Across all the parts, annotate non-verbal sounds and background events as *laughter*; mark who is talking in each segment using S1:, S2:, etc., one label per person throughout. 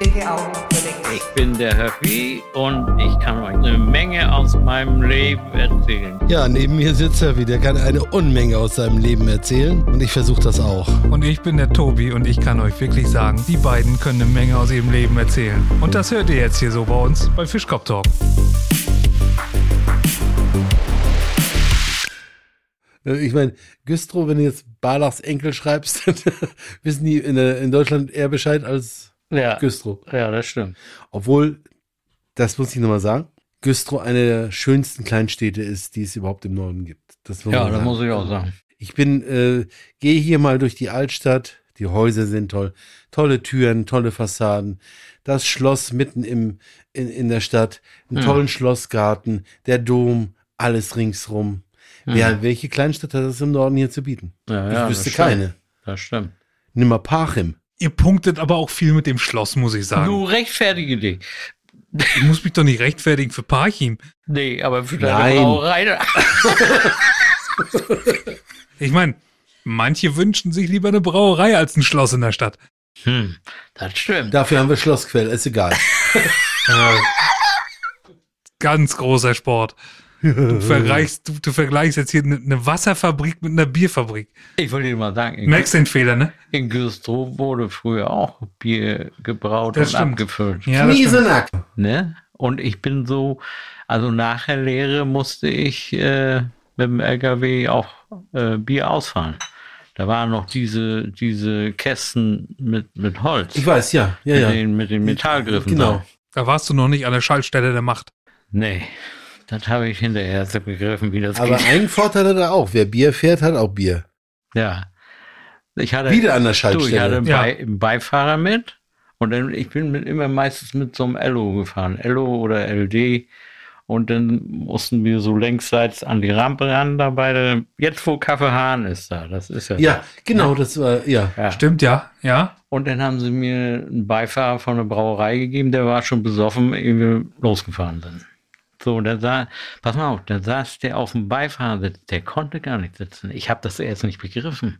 S1: Ich bin der Happy und ich kann euch eine Menge aus meinem Leben erzählen.
S2: Ja, neben mir sitzt Happy, der kann eine Unmenge aus seinem Leben erzählen und ich versuche das auch.
S3: Und ich bin der Tobi und ich kann euch wirklich sagen, die beiden können eine Menge aus ihrem Leben erzählen. Und das hört ihr jetzt hier so bei uns bei Fischkopf Talk.
S2: Ich meine, Güstrow, wenn du jetzt Balachs Enkel schreibst, *laughs* dann wissen die in, äh, in Deutschland eher Bescheid als
S1: Ja,
S2: Güstrow.
S1: ja das stimmt.
S2: Obwohl, das muss ich nochmal sagen, Güstrow eine der schönsten Kleinstädte ist, die es überhaupt im Norden gibt. Das muss
S1: Ja,
S2: man
S1: das
S2: sagen.
S1: muss ich auch sagen.
S2: Ich bin, äh, gehe hier mal durch die Altstadt. Die Häuser sind toll. Tolle Türen, tolle Fassaden. Das Schloss mitten im, in, in der Stadt. Einen
S1: Hm.
S2: tollen Schlossgarten, der Dom, alles ringsrum. Ja,
S1: Hm.
S2: welche Kleinstadt hat es im Norden hier zu bieten?
S1: Ja,
S2: Ich
S1: ja, das
S2: wüsste
S1: stimmt.
S2: keine.
S1: Das stimmt.
S2: Nimm mal Pachim.
S3: Ihr punktet aber auch viel mit dem Schloss, muss ich sagen.
S1: Du rechtfertige dich.
S3: Ich muss mich doch nicht rechtfertigen für Parchim.
S1: Nee, aber für deine
S2: Nein.
S1: Brauerei. *laughs*
S3: Ich meine, manche wünschen sich lieber eine Brauerei als ein Schloss in der Stadt.
S1: Hm, das stimmt.
S2: Dafür haben wir Schlossquell,
S1: *laughs*
S2: ist egal.
S3: Äh, ganz großer Sport. *laughs* Du vergleichst, du, du vergleichst jetzt hier eine, eine Wasserfabrik mit einer Bierfabrik.
S1: Ich wollte dir mal sagen, in,
S3: Merkst den Fehler, ne?
S1: in Güstrow wurde früher auch Bier gebraut
S3: Das
S1: und
S3: stimmt.
S1: abgefüllt.
S3: Ja, das stimmt.
S2: Miesenack.
S1: Ne? Und ich bin so, also nach der Lehre musste ich äh, mit dem LKW auch äh, Bier ausfahren. Da waren noch diese, diese Kästen mit, mit Holz.
S2: Ich weiß, ja, ja,
S1: mit,
S2: ja.
S1: Den, mit den Metallgriffen.
S2: Genau.
S1: drauf.
S3: da warst du noch nicht an der Schaltstelle der Macht.
S1: Nee, das habe ich hinterher erst begriffen, wie das
S2: Aber
S1: geht.
S2: einen Vorteil hat er auch. Wer Bier fährt, hat auch Bier.
S1: Ja. Ich hatte,
S2: Wieder an der
S1: du, ich hatte einen,
S2: Schaltstelle.
S3: Ja.
S1: Bei, einen Beifahrer mit und dann, ich bin mit, immer meistens mit so einem Ello gefahren, Ello oder LD. Und dann mussten wir so längsseits an die Rampe ran, da bei der, jetzt wo Kaffeehahn ist da, das ist ja.
S2: Ja, genau, das war, ja.
S1: Ja.
S3: Stimmt, ja, ja.
S1: Und dann haben sie mir einen Beifahrer von der Brauerei gegeben, der war schon besoffen, ehe wir losgefahren sind. So, und da saß, pass mal auf, da saß der auf dem Beifahrersitz, der konnte gar nicht sitzen. Ich habe das erst nicht begriffen.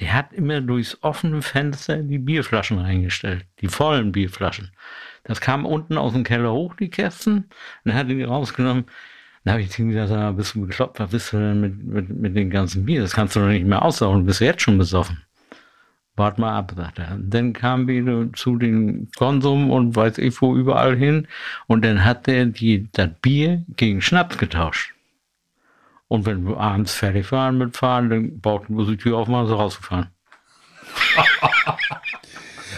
S1: Der hat immer durchs offene Fenster die Bierflaschen reingestellt, die vollen Bierflaschen. Das kam unten aus dem Keller hoch, die Kästen, und dann hat er die rausgenommen. Dann habe ich zu ihm gesagt, sag mal, bist du bekloppt, was bist du denn mit, mit, mit dem ganzen Bier? Das kannst du doch nicht mehr aussaugen, du bist ja jetzt schon besoffen. Wart mal ab, sagt er. Dann kamen wir zu den Konsum und weiß ich wo überall hin. Und dann hat er die, das Bier gegen Schnaps getauscht. Und wenn wir abends fertig waren mit Fahren, dann bauten wir die Tür auf und waren so rausgefahren.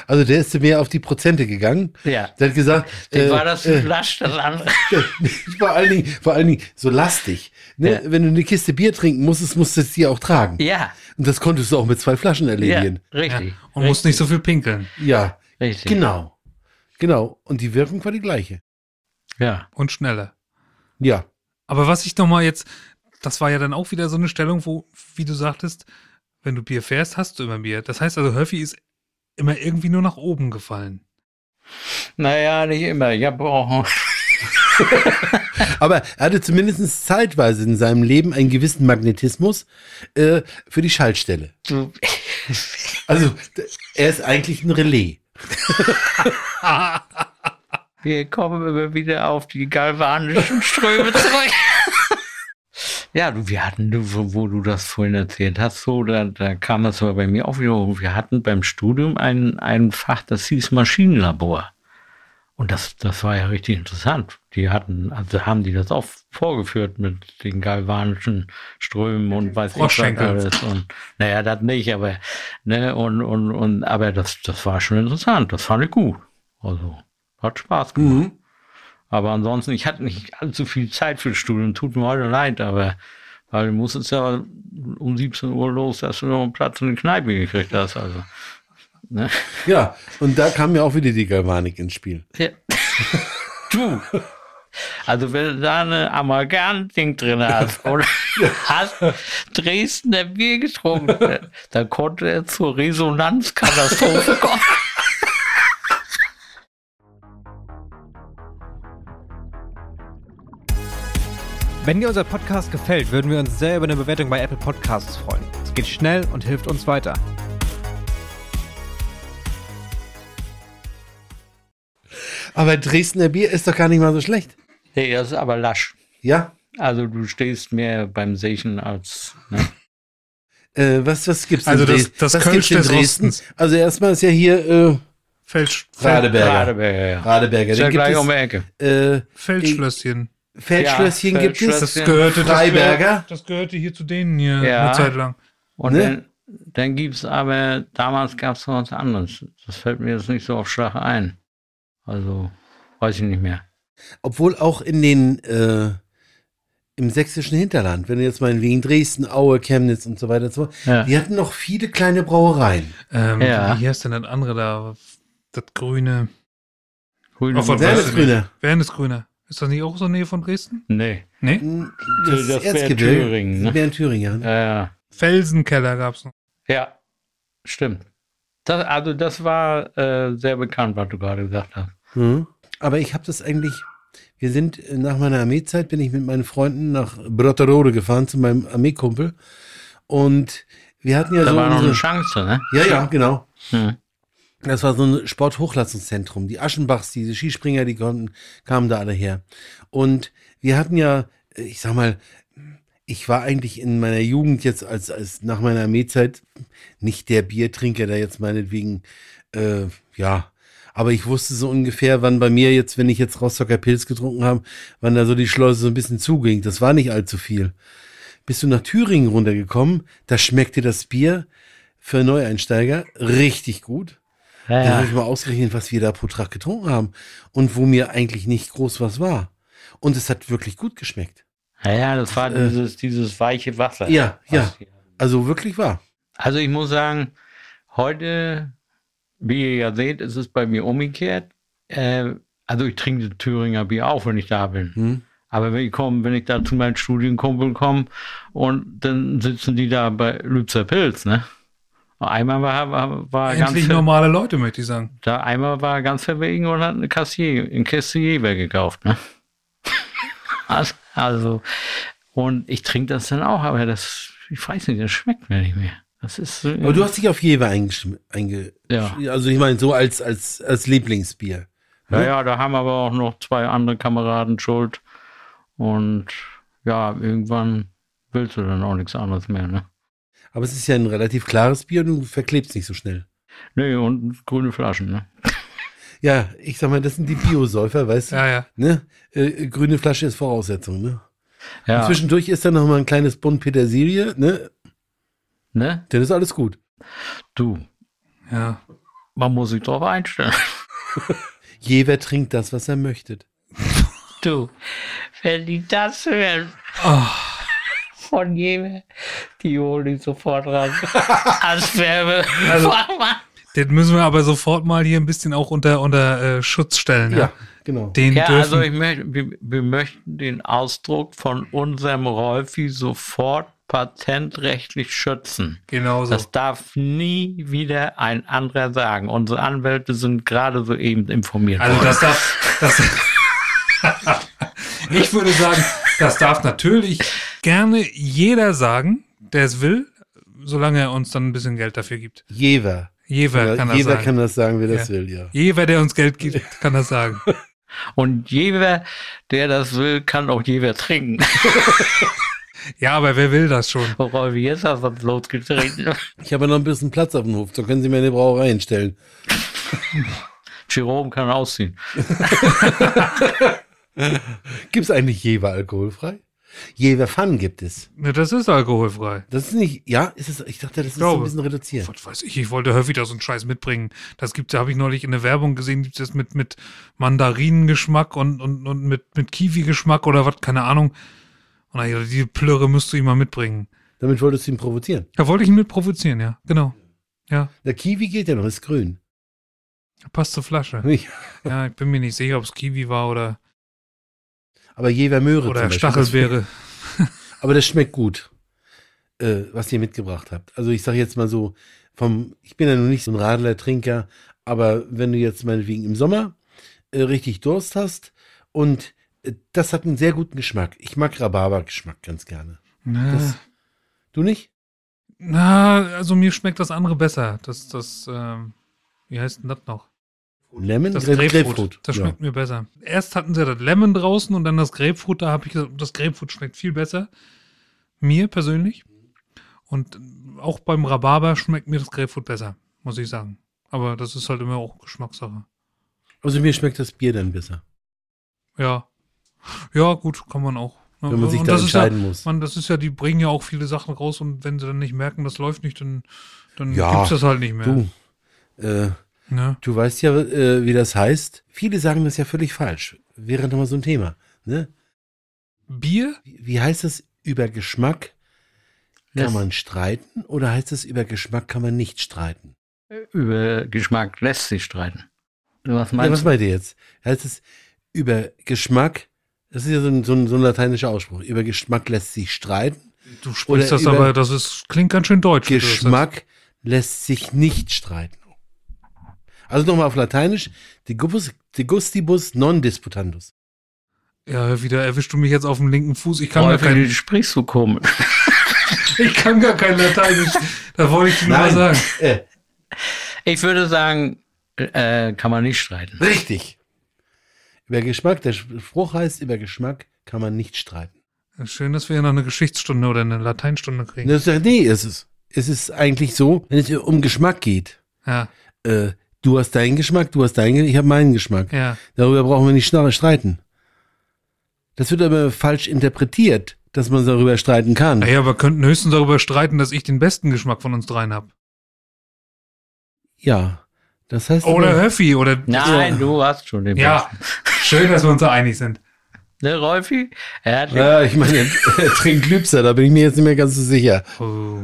S2: Also der ist mehr auf die Prozente gegangen.
S1: Ja.
S2: Der hat gesagt,
S1: Dem
S2: äh,
S1: war das
S2: äh,
S1: lasch, das andere.
S2: *laughs* vor, allen Dingen, vor allen Dingen so lastig. Ne?
S1: Ja.
S2: Wenn du eine Kiste Bier trinken musstest, musstest du es dir auch tragen.
S1: *laughs* Ja,
S2: Und das konntest du auch mit zwei Flaschen
S1: ja,
S2: erledigen.
S3: ja.
S1: richtig.
S3: Und musst nicht so viel pinkeln.
S2: Ja,
S1: Richtig.
S2: genau. Genau. Und die Wirkung war die gleiche.
S1: Ja.
S3: Und schneller.
S2: Ja.
S3: Aber was ich nochmal jetzt, das war ja dann auch wieder so eine Stellung, wo, wie du sagtest, wenn du Bier fährst, hast du immer Bier. Das heißt also, Höffi ist immer irgendwie nur nach oben gefallen.
S1: Naja, nicht immer. Ich habe auch.
S2: Aber er hatte zumindest zeitweise in seinem Leben einen gewissen Magnetismus äh, für die Schaltstelle.
S1: *laughs*
S2: Also d- er ist eigentlich ein Relais.
S1: Wir kommen immer wieder auf die galvanischen Ströme zurück. ja, du, wir hatten, du, wo, wo du das vorhin erzählt hast, so, da, da kam das aber bei mir auch wieder hoch. Wir hatten beim Studium ein, ein Fach, das hieß Maschinenlabor. Und das, das war ja richtig interessant. Die hatten, also haben die das auch vorgeführt mit den galvanischen Strömen und weiß ich was
S3: Froschschenkel.
S1: alles. Und, naja, das nicht, aber, ne, und, und, und, aber das, das war schon interessant. Das fand ich gut. Also, hat Spaß gemacht. Aber ansonsten, ich hatte nicht allzu viel Zeit für Studium. Tut mir heute leid, aber weil du musstest ja um 17 Uhr los, dass du noch einen Platz in der Kneipe gekriegt hast. Also, ne?
S2: Ja, und da kam ja auch wieder die Galvanik ins Spiel.
S1: ja. *laughs* Du. Also wenn du da eine Amalgam-Ding drin hast *laughs* oder hast Dresdner Bier getrunken, dann konnte er zur Resonanzkatastrophe *laughs* kommen.
S4: Wenn dir unser Podcast gefällt, würden wir uns sehr über eine Bewertung bei Apple Podcasts freuen. Es geht schnell und hilft uns weiter.
S2: Aber Dresdner Bier ist doch gar nicht mal so schlecht.
S1: Hey, das ist aber lasch.
S2: Ja.
S1: Also du stehst mehr beim Seichen als. Ne?
S2: Äh, was, was gibt's
S3: Also
S2: in
S3: das-
S2: Dres-
S3: das
S2: was
S3: Kölsch
S2: gibt's in
S3: des
S2: Dresden?
S3: Ostens.
S2: Also erstmal ist ja hier äh,
S3: Fälsch, Fel,
S2: Radeberger.
S1: Radeberger, ja.
S2: Radeberger.
S1: Ist ja
S2: Dann
S1: gleich um
S2: gibt
S1: die Ecke.
S2: es äh,
S3: Feldschlösschen.
S2: Feldschlösschen
S1: Ja,
S2: gibt
S1: Feldschlösschen.
S2: es.
S3: Das gehörte, das,
S2: Freiberger?
S3: gehörte, das gehörte hier zu denen hier
S1: Ja.
S3: eine Zeit lang.
S1: Und
S2: Ne?
S1: dann, dann gibt es aber, damals gab es noch was anderes. Das fällt mir jetzt nicht so auf Schlag ein. Also, weiß ich nicht mehr.
S2: Obwohl auch in den äh, im sächsischen Hinterland, wenn du jetzt mal wegen Dresden, Aue, Chemnitz und so weiter und so fort,
S1: Ja.
S2: die hatten noch viele kleine Brauereien.
S3: Ähm,
S1: Ja.
S3: Wie heißt denn das andere da? Das grüne.
S1: Grün
S3: Auf
S1: und-
S3: was-
S2: Wer
S3: weiß
S2: ist
S3: ich nicht.
S2: Grüne?
S3: Wer ist grüne? Ist das nicht auch so in der Nähe von Dresden?
S1: Nee.
S3: Nee.
S2: Hm, Das,
S1: Das
S2: das
S1: wär
S2: Erzgebirge.
S1: Thüringen, ne?
S2: Das wär in Thüringen, ja.
S1: Äh,
S3: Felsenkeller gab's noch.
S1: ja, stimmt. Das, also, das war äh, sehr bekannt, was du gerade gesagt hast.
S2: Mhm. Aber ich habe das eigentlich. Wir sind äh, nach meiner Armeezeit bin ich mit meinen Freunden nach Brotterode gefahren zu meinem Armeekumpel und wir hatten ja
S1: Da
S2: so
S1: war noch eine
S2: Also unsere-
S1: Chance, ne?
S2: ja ja genau.
S1: Hm.
S2: Das war so ein Sporthochleistungszentrum. Die Aschenbachs, diese Skispringer, die konnten, kamen da alle her. Und wir hatten ja, äh, ich sag mal, ich war eigentlich in meiner Jugend jetzt als, als nach meiner Armeezeit nicht der Biertrinker, der jetzt meinetwegen, äh, ja, aber ich wusste so ungefähr, wann bei mir jetzt, wenn ich jetzt Rostocker Pilz getrunken habe, wann da so die Schleuse so ein bisschen zuging. Das war nicht allzu viel. Bist du nach Thüringen runtergekommen, da schmeckte das Bier für Neueinsteiger richtig gut.
S1: Ja,
S2: Da habe
S1: ja.
S2: ich mal ausgerechnet, was wir da pro Tag getrunken haben und wo mir eigentlich nicht groß was war. Und es hat wirklich gut geschmeckt.
S1: ja, ja, das war
S2: Äh.
S1: dieses, dieses weiche Wasser.
S2: Ja, ja.
S1: was hier-
S2: Also wirklich wahr.
S1: Also ich muss sagen, heute, wie ihr ja seht, ist es bei mir umgekehrt. Äh, also ich trinke das Thüringer Bier auch, wenn ich da bin.
S2: Hm?
S1: Aber wenn ich komme, wenn ich da zu meinen Studienkumpeln komme und dann sitzen die da bei Lübzer Pilz, ne? Einmal war, war, war
S3: Endlich
S1: ganz
S3: normale Leute, möchte ich sagen.
S1: da einmal war er ganz verwegen und hat eine Kassier, einen Kassierer gekauft,
S2: *laughs*
S1: ne? Also- also, und ich trinke das dann auch, aber das, ich weiß nicht, das schmeckt mir nicht mehr. Das ist.
S2: Aber du hast dich auf Jewe eingeschmissen. Einge
S1: Ja.
S2: Also ich meine, so als, als, als Lieblingsbier.
S1: Ja, ja, da haben aber auch noch zwei andere Kameraden schuld. Und ja, irgendwann willst du dann auch nichts anderes mehr, ne?
S2: Aber es ist ja ein relativ klares Bier und du verklebst nicht so schnell.
S1: Nee, und grüne Flaschen, ne?
S2: Ja, ich sag mal, das sind die Biosäufer, weißt du?
S3: Ja, ja.
S2: Ne? Äh, grüne Flasche ist Voraussetzung, ne?
S1: Ja,
S2: Zwischendurch ist dann noch mal ein kleines Bund Petersilie, ne?
S1: ne?
S2: Dann ist alles gut.
S1: Du,
S3: ja.
S1: man muss sich drauf einstellen.
S2: Jewer trinkt das, was er möchte.
S1: Du, wenn die das hören
S3: Ah,
S1: von jedem, *laughs* die holen dich sofort *laughs* ran. Als Werbe.
S3: Also- das müssen wir aber sofort mal hier ein bisschen auch unter, unter äh, Schutz stellen. Ja.
S2: genau.
S3: Den
S1: ja,
S3: dürfen.
S1: also ich möchte, wir, wir möchten den Ausdruck von unserem Rolfi sofort patentrechtlich schützen.
S3: genau so.
S1: Das darf nie wieder ein anderer sagen. Unsere Anwälte sind gerade soeben informiert
S3: Also
S1: worden.
S3: das darf. Das,
S1: *laughs*
S3: ich würde sagen, das darf natürlich gerne jeder sagen, der es will, solange er uns dann ein bisschen Geld dafür gibt.
S2: Jewer.
S3: Jewer
S2: Ja,
S3: kann das
S2: Jeder
S3: sagen.
S2: kann das sagen, wer das
S3: Ja.
S2: will, ja.
S3: Jewer, der uns Geld gibt, kann das sagen.
S1: Und jeder, der das will, kann auch jeder trinken. *laughs*
S3: Ja, aber wer will das schon?
S1: Oh, Rolfi, jetzt hast du das losgetreten.
S2: Ich habe ja noch ein bisschen Platz auf dem Hof, so können Sie mir eine Brauerei hinstellen.
S1: Jerome kann ausziehen.
S2: Gibt es eigentlich Jever alkoholfrei? Jever Fun gibt es.
S3: Ne, das ist alkoholfrei.
S2: Das ist nicht, ja, ist es, ich dachte, das ist so ein
S3: glaube.
S2: bisschen reduziert.
S3: Was weiß ich, ich wollte Höffi da so einen Scheiß mitbringen. Das gibt, da habe ich neulich in der Werbung gesehen, gibt es mit, mit Mandarinengeschmack und, und, und mit, mit Kiwi-Geschmack oder was, keine Ahnung. Und dann, hab ich gedacht, die Plörre musst du ihm mal mitbringen.
S2: Damit wolltest du ihn provozieren.
S3: Da wollte ich ihn mit provozieren, ja. Genau. Ja,
S2: Der Kiwi geht ja noch, ist grün.
S3: passt zur Flasche.
S2: Nicht?
S3: Ja, ich bin mir nicht sicher, ob es Kiwi war oder,
S2: Aber Jever Möhre
S3: oder
S2: zum Beispiel.
S3: Stachelbeere.
S2: Das, aber das schmeckt gut, äh, was ihr mitgebracht habt. Also ich sage jetzt mal so, vom, ich bin ja nun nicht so ein Radler-Trinker, aber wenn du jetzt meinetwegen im Sommer äh, richtig Durst hast und äh, das hat einen sehr guten Geschmack. Ich mag Rhabarber-Geschmack ganz gerne.
S3: Na,
S2: Das- Du nicht?
S3: na, also mir schmeckt das andere besser. Das, das, ähm, wie heißt denn das noch?
S2: Lemon?
S3: Das
S2: Gre-
S3: Grapefruit. Das
S2: ja.
S3: schmeckt mir besser. Erst hatten sie das Lemon draußen und dann das Grapefruit. Da habe ich gesagt, das Grapefruit schmeckt viel besser. Mir persönlich. Und auch beim Rhabarber schmeckt mir das Grapefruit besser, muss ich sagen. Aber das ist halt immer auch Geschmackssache.
S2: Also mir schmeckt das Bier dann besser,
S3: Ja. Ja, gut, kann man auch. ne?
S2: wenn man sich
S3: Oh, Und
S2: da
S3: das ist
S2: entscheiden
S3: ja,
S2: muss.
S3: Man, das ist ja, die bringen ja auch viele Sachen raus und wenn sie dann nicht merken, das läuft nicht, dann, dann
S2: Ja,
S3: gibt's das halt nicht mehr.
S2: Du, äh,
S3: Ne?
S2: du weißt ja, äh, wie das heißt. Viele sagen das ja völlig falsch. Wäre nochmal so ein Thema. Ne?
S3: Bier?
S2: Wie wie heißt das über Geschmack kann
S1: Das-
S2: man streiten oder heißt es über Geschmack kann man nicht streiten?
S1: Über Geschmack lässt sich streiten. Was
S2: Ja, was
S1: meinst
S2: meint ihr jetzt? Heißt es über Geschmack, das ist ja so ein, so ein, so ein lateinischer Ausspruch, über Geschmack lässt sich streiten,
S3: Du sprichst
S2: Oder
S3: das
S2: über-
S3: aber, das ist, klingt ganz schön deutsch. wie du das sagst.
S2: Geschmack lässt sich nicht streiten. Also nochmal auf Lateinisch, de gubus- de gustibus non disputandus.
S3: Ja, wieder erwischst du mich jetzt auf dem linken Fuß. Ich
S1: du?
S3: kann, gar
S1: Rolf, du
S3: kein,
S1: sprichst so komisch.
S3: *laughs* ich kann gar kein Lateinisch. da wollte ich dir nur mal
S2: Nein.
S3: sagen.
S2: *laughs* Äh,
S1: Ich würde sagen, äh, kann man nicht streiten.
S2: richtig. Über Geschmack, der Spruch heißt, über Geschmack kann man nicht streiten.
S3: Schön, dass wir hier noch eine Geschichtsstunde oder eine Lateinstunde kriegen.
S2: Das, ist- nee, es ist, es ist eigentlich so, wenn es um Geschmack geht,
S3: Ja,
S2: äh, du hast deinen Geschmack, du hast deinen, Ge- ich habe meinen Geschmack.
S3: ja.
S2: Darüber brauchen wir nicht schna- streiten. Das wird aber falsch interpretiert, dass man darüber streiten kann.
S3: Naja, aber könnten höchstens darüber streiten, dass ich den besten Geschmack von uns dreien habe.
S2: Ja, das heißt.
S3: Oder
S2: aber-
S3: Höffi oder.
S1: Nein, du hast schon den
S3: Ja,
S1: Besten.
S3: schön, dass wir uns da einig sind.
S1: Ne, Rolfi? Er hat
S2: ja, ich meine, er trinkt Glübser, da bin ich mir jetzt nicht mehr ganz so sicher.
S3: Oh.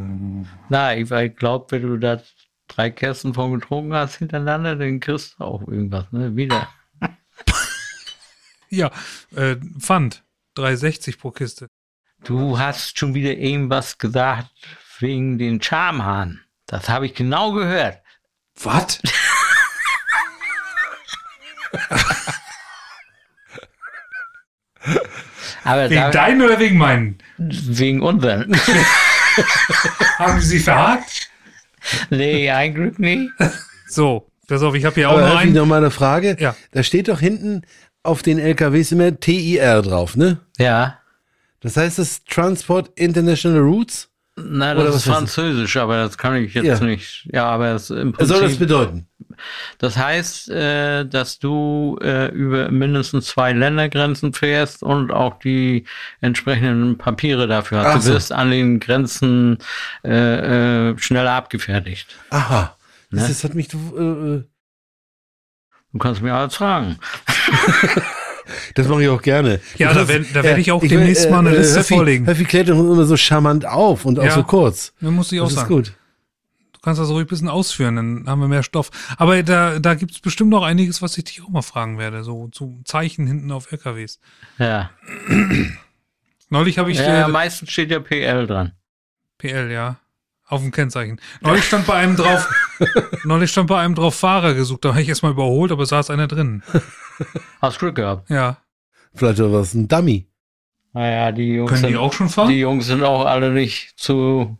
S1: Na, ich, ich glaube, wenn du da drei Kästen von getrunken hast hintereinander, dann kriegst du auch irgendwas, ne? Wieder.
S3: Ja, äh, Pfand. 3,60 pro Kiste.
S1: Du hast schon wieder irgendwas gesagt wegen den Charmhahn. Das habe ich genau gehört.
S3: Was?
S1: *laughs* Aber
S3: Wegen
S1: da,
S3: deinen oder wegen meinen?
S1: wegen unseren. *laughs*
S3: Haben sie sie verhakt?
S1: nee, ein Glück
S2: *laughs*
S1: nicht.
S3: So, pass auf, ich habe hier auch
S2: Aber
S3: noch
S2: Ralfi,
S3: einen.
S2: noch mal eine Frage.
S3: Oh, Ja.
S2: Da steht doch hinten auf den LKWs immer TIR drauf, ne?
S1: Ja.
S2: Das heißt, das ist Transport International Routes.
S1: Na,
S2: Oder
S1: das
S2: was
S1: ist
S2: ist es?
S1: Französisch, aber das kann ich jetzt
S2: Ja.
S1: nicht. Ja, aber es im
S2: Was soll das
S1: Prinzip,
S2: bedeuten?
S1: das heißt, äh, dass du äh, über mindestens zwei Ländergrenzen fährst und auch die entsprechenden Papiere dafür hast.
S2: Ach
S1: du
S2: so.
S1: wirst an den Grenzen äh, äh, schneller abgefertigt.
S2: Aha. Das,
S1: Ne?
S2: das hat mich. Äh,
S1: Du kannst mir alles fragen.
S2: äh, das mache ich auch gerne. äh,
S3: Ja, da werd- da werd ich auch demnächst mal eine Liste
S2: Höffi,
S3: vorlegen.
S2: Höffi klärt doch immer so charmant auf und auch
S3: Ja.
S2: so kurz.
S3: Mir muss ich auch
S2: Das ist
S3: sagen.
S2: gut.
S3: Du kannst das ruhig ein bisschen ausführen, dann haben wir mehr Stoff. Aber da, da gibt es bestimmt noch einiges, was ich dich auch mal fragen werde, so zu Zeichen hinten auf LKWs.
S1: Ja.
S3: Neulich habe ich
S1: ja,
S3: äh,
S1: meistens steht ja PL dran.
S3: PL, ja, auf dem Kennzeichen. Neulich stand bei
S1: *laughs*
S3: einem drauf, neulich stand bei einem drauf Fahrer gesucht, da habe ich erstmal überholt, aber saß einer drin.
S1: Hast Glück gehabt.
S3: Ja.
S2: Vielleicht war es ein Dummy.
S1: Naja, die Jungs,
S3: Können
S1: sind,
S3: die auch schon fahren?
S1: die Jungs sind auch alle nicht zu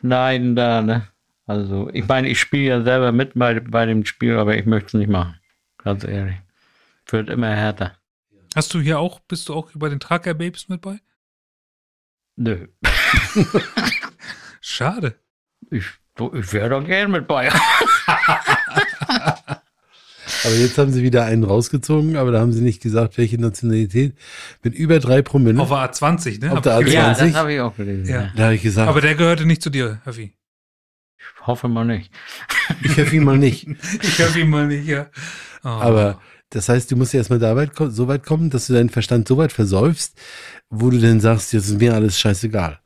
S1: leiden da, ne? Also, ich meine, ich spiele ja selber mit bei, bei dem Spiel, aber ich möchte es nicht machen. Ganz ehrlich. Wird immer härter.
S3: Hast du hier auch, bist du auch bei den Tracker Babes mit bei?
S1: Nö.
S3: Schade.
S1: Ich, ich wäre doch gern mit bei.
S2: Aber jetzt haben sie wieder einen rausgezogen, aber da haben sie nicht gesagt, welche Nationalität. Mit über drei
S1: Hm?
S2: Promille.
S3: Auf der A20, ne?
S2: Auf
S3: Hab
S2: der
S3: ich gelesen.
S1: Ja,
S2: 20?
S1: das habe ich auch gelesen.
S3: Ja.
S1: Ja.
S2: Da habe ich gesagt,
S3: Aber der gehörte nicht zu dir,
S1: *laughs*
S3: Höffi.
S1: Ich hoffe mal nicht.
S2: ich helfe ihm mal nicht.
S3: Ich habe ihn mal nicht hier. Oh.
S2: Aber das heißt, du musst ja erstmal da weit, ko- so weit kommen, dass du deinen Verstand so weit versäufst, wo du dann sagst, jetzt ist mir alles scheißegal.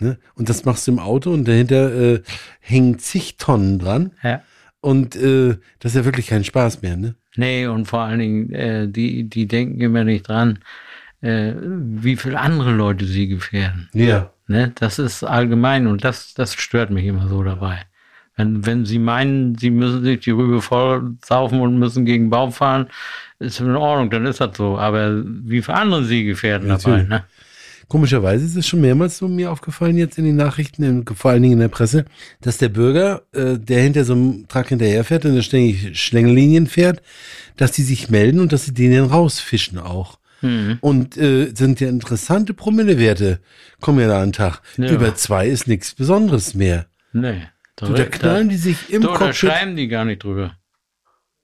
S2: Ne? Und das machst du im Auto und dahinter äh, hängen zig Tonnen dran.
S1: Ja.
S2: Und äh, das ist ja wirklich kein Spaß mehr. Ne?
S1: Nee, und vor allen Dingen, äh, die, die denken immer nicht dran, äh, wie viele andere Leute sie gefährden.
S2: Ja.
S1: Ne? Das ist allgemein und das, das stört mich immer so dabei. Wenn, wenn sie meinen, sie müssen sich die Rübe voll saufen und müssen gegen den Baum fahren, ist in Ordnung, dann ist das so. Aber wie für andere sie gefährden dabei.
S2: Natürlich.
S1: Ne?
S2: Komischerweise ist es schon mehrmals so mir aufgefallen jetzt in den Nachrichten, in, vor allen Dingen in der Presse, dass der Bürger, äh, der hinter so einem Truck hinterherfährt und da ständig Schlängellinien fährt, dass die sich melden und dass sie den dann rausfischen auch.
S1: ne?
S2: Und äh, sind ja interessante Promillewerte, kommen ja da an den Tag.
S1: Ja.
S2: Über zwei ist nichts Besonderes mehr.
S1: Nee.
S2: Du, da knallen die sich im
S1: da, da
S2: Cockpit.
S1: schreiben die gar nicht drüber.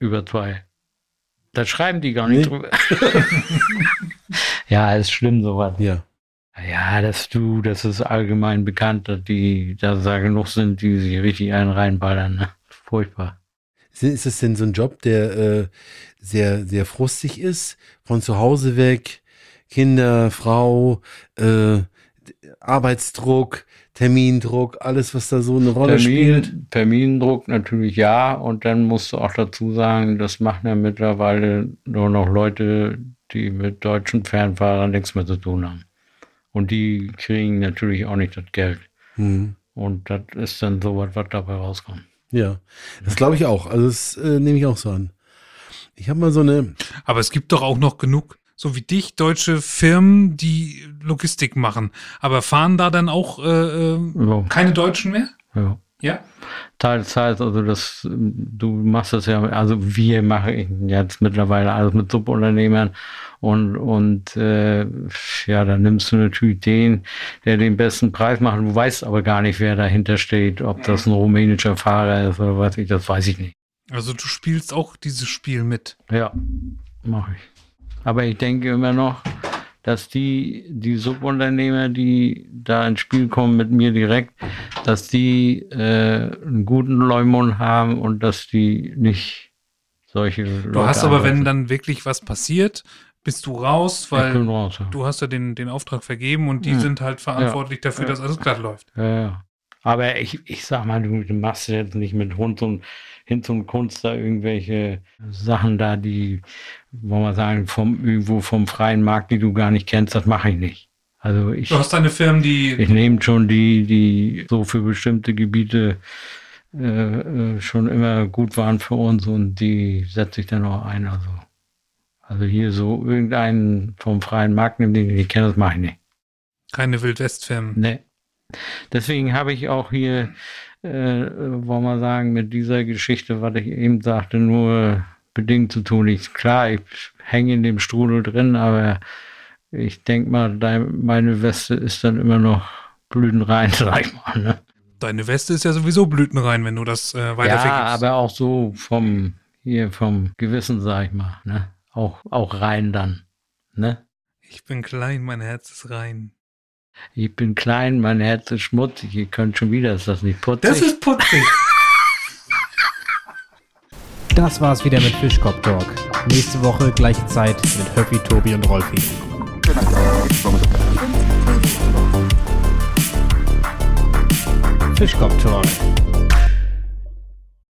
S1: Über zwei. Da schreiben die gar nicht
S2: Nee.
S1: drüber. *laughs* ja, ist schlimm sowas.
S2: Ja.
S1: Ja, das du, das ist allgemein bekannt, dass die, dass da genug sind, die sich richtig einen reinballern. Ne? Furchtbar.
S2: Sind- Ist das denn so ein Job, der äh, sehr, sehr frustig ist? Von zu Hause weg, Kinder, Frau, äh, Arbeitsdruck, Termindruck, alles, was da so eine Rolle spielt.
S1: Termin, Termindruck natürlich ja. Und dann musst du auch dazu sagen, das machen ja mittlerweile nur noch Leute, die mit deutschen Fernfahrern nichts mehr zu tun haben. Und die kriegen natürlich auch nicht das Geld.
S2: Hm.
S1: Und das ist dann so was, was dabei rauskommt.
S2: Ja, das glaube ich auch. Also das äh, nehme ich auch so an. Ich habe mal so eine,
S3: Aber es gibt doch auch noch genug, so wie dich, deutsche Firmen, die Logistik machen. Aber fahren da dann auch äh, äh,
S1: So,
S3: keine Deutschen mehr?
S1: ja.
S3: Ja.
S1: Teils, teils, also das, ähm, du machst das ja, also wir machen jetzt mittlerweile alles mit Subunternehmern und, und äh, ja, dann nimmst du natürlich den, der den besten Preis macht. Du weißt aber gar nicht, wer dahinter steht, ob das ein rumänischer Fahrer ist oder was ich, das weiß ich nicht.
S3: Also du spielst auch dieses Spiel mit.
S1: Ja, mache ich. Aber ich denke immer noch, dass die, die Subunternehmer, die da ins Spiel kommen mit mir direkt, dass die äh, einen guten Leumund haben und dass die nicht solche.
S3: Du hast aber, wenn dann wirklich was passiert, bist du raus, weil
S1: raus, ja.
S3: du hast ja den, den Auftrag vergeben und die
S1: Hm. Ja.
S3: sind halt verantwortlich dafür,
S1: Ja.
S3: dass alles glatt läuft.
S1: ja, ja. Aber ich, ich sag mal, du du machst jetzt nicht mit Hund und Hinz und Kunst da irgendwelche Sachen da, die, wollen wir sagen, vom irgendwo vom freien Markt, die du gar nicht kennst, das mache ich nicht. Also ich.
S3: Du hast deine Firmen, die
S1: Ich nehme schon die, die so für bestimmte Gebiete äh, äh, schon immer gut waren für uns und die setze ich dann auch ein. Also, also hier so irgendeinen vom freien Markt nehmen, den ich nicht kenne, das mache ich nicht.
S3: keine Wildwest-Firmen.
S1: Nee. Ne. Deswegen habe ich auch hier, äh, äh, wollen wir sagen, mit dieser Geschichte, was ich eben sagte, nur bedingt zu tun. Ich, klar, ich hänge in dem Strudel drin, aber ich denke mal, dein, meine Weste ist dann immer noch blütenrein, *laughs* sag ich mal. Ne?
S3: Deine Weste ist ja sowieso blütenrein, wenn du das äh, weiter
S1: Ja,
S3: vergibst.
S1: aber auch so vom, hier vom Gewissen, sag ich mal. Ne? Auch, auch rein dann. Ne?
S3: Ich bin klein, mein Herz ist rein.
S1: Ich bin klein, mein Herz ist schmutzig. Ihr könnt schon wieder, ist das nicht putzig?
S3: ist putzig.
S4: Das war's wieder mit Fischkopf Talk. Nächste Woche gleiche Zeit mit Höppi, Tobi und Rolfi. Fischkopf Talk.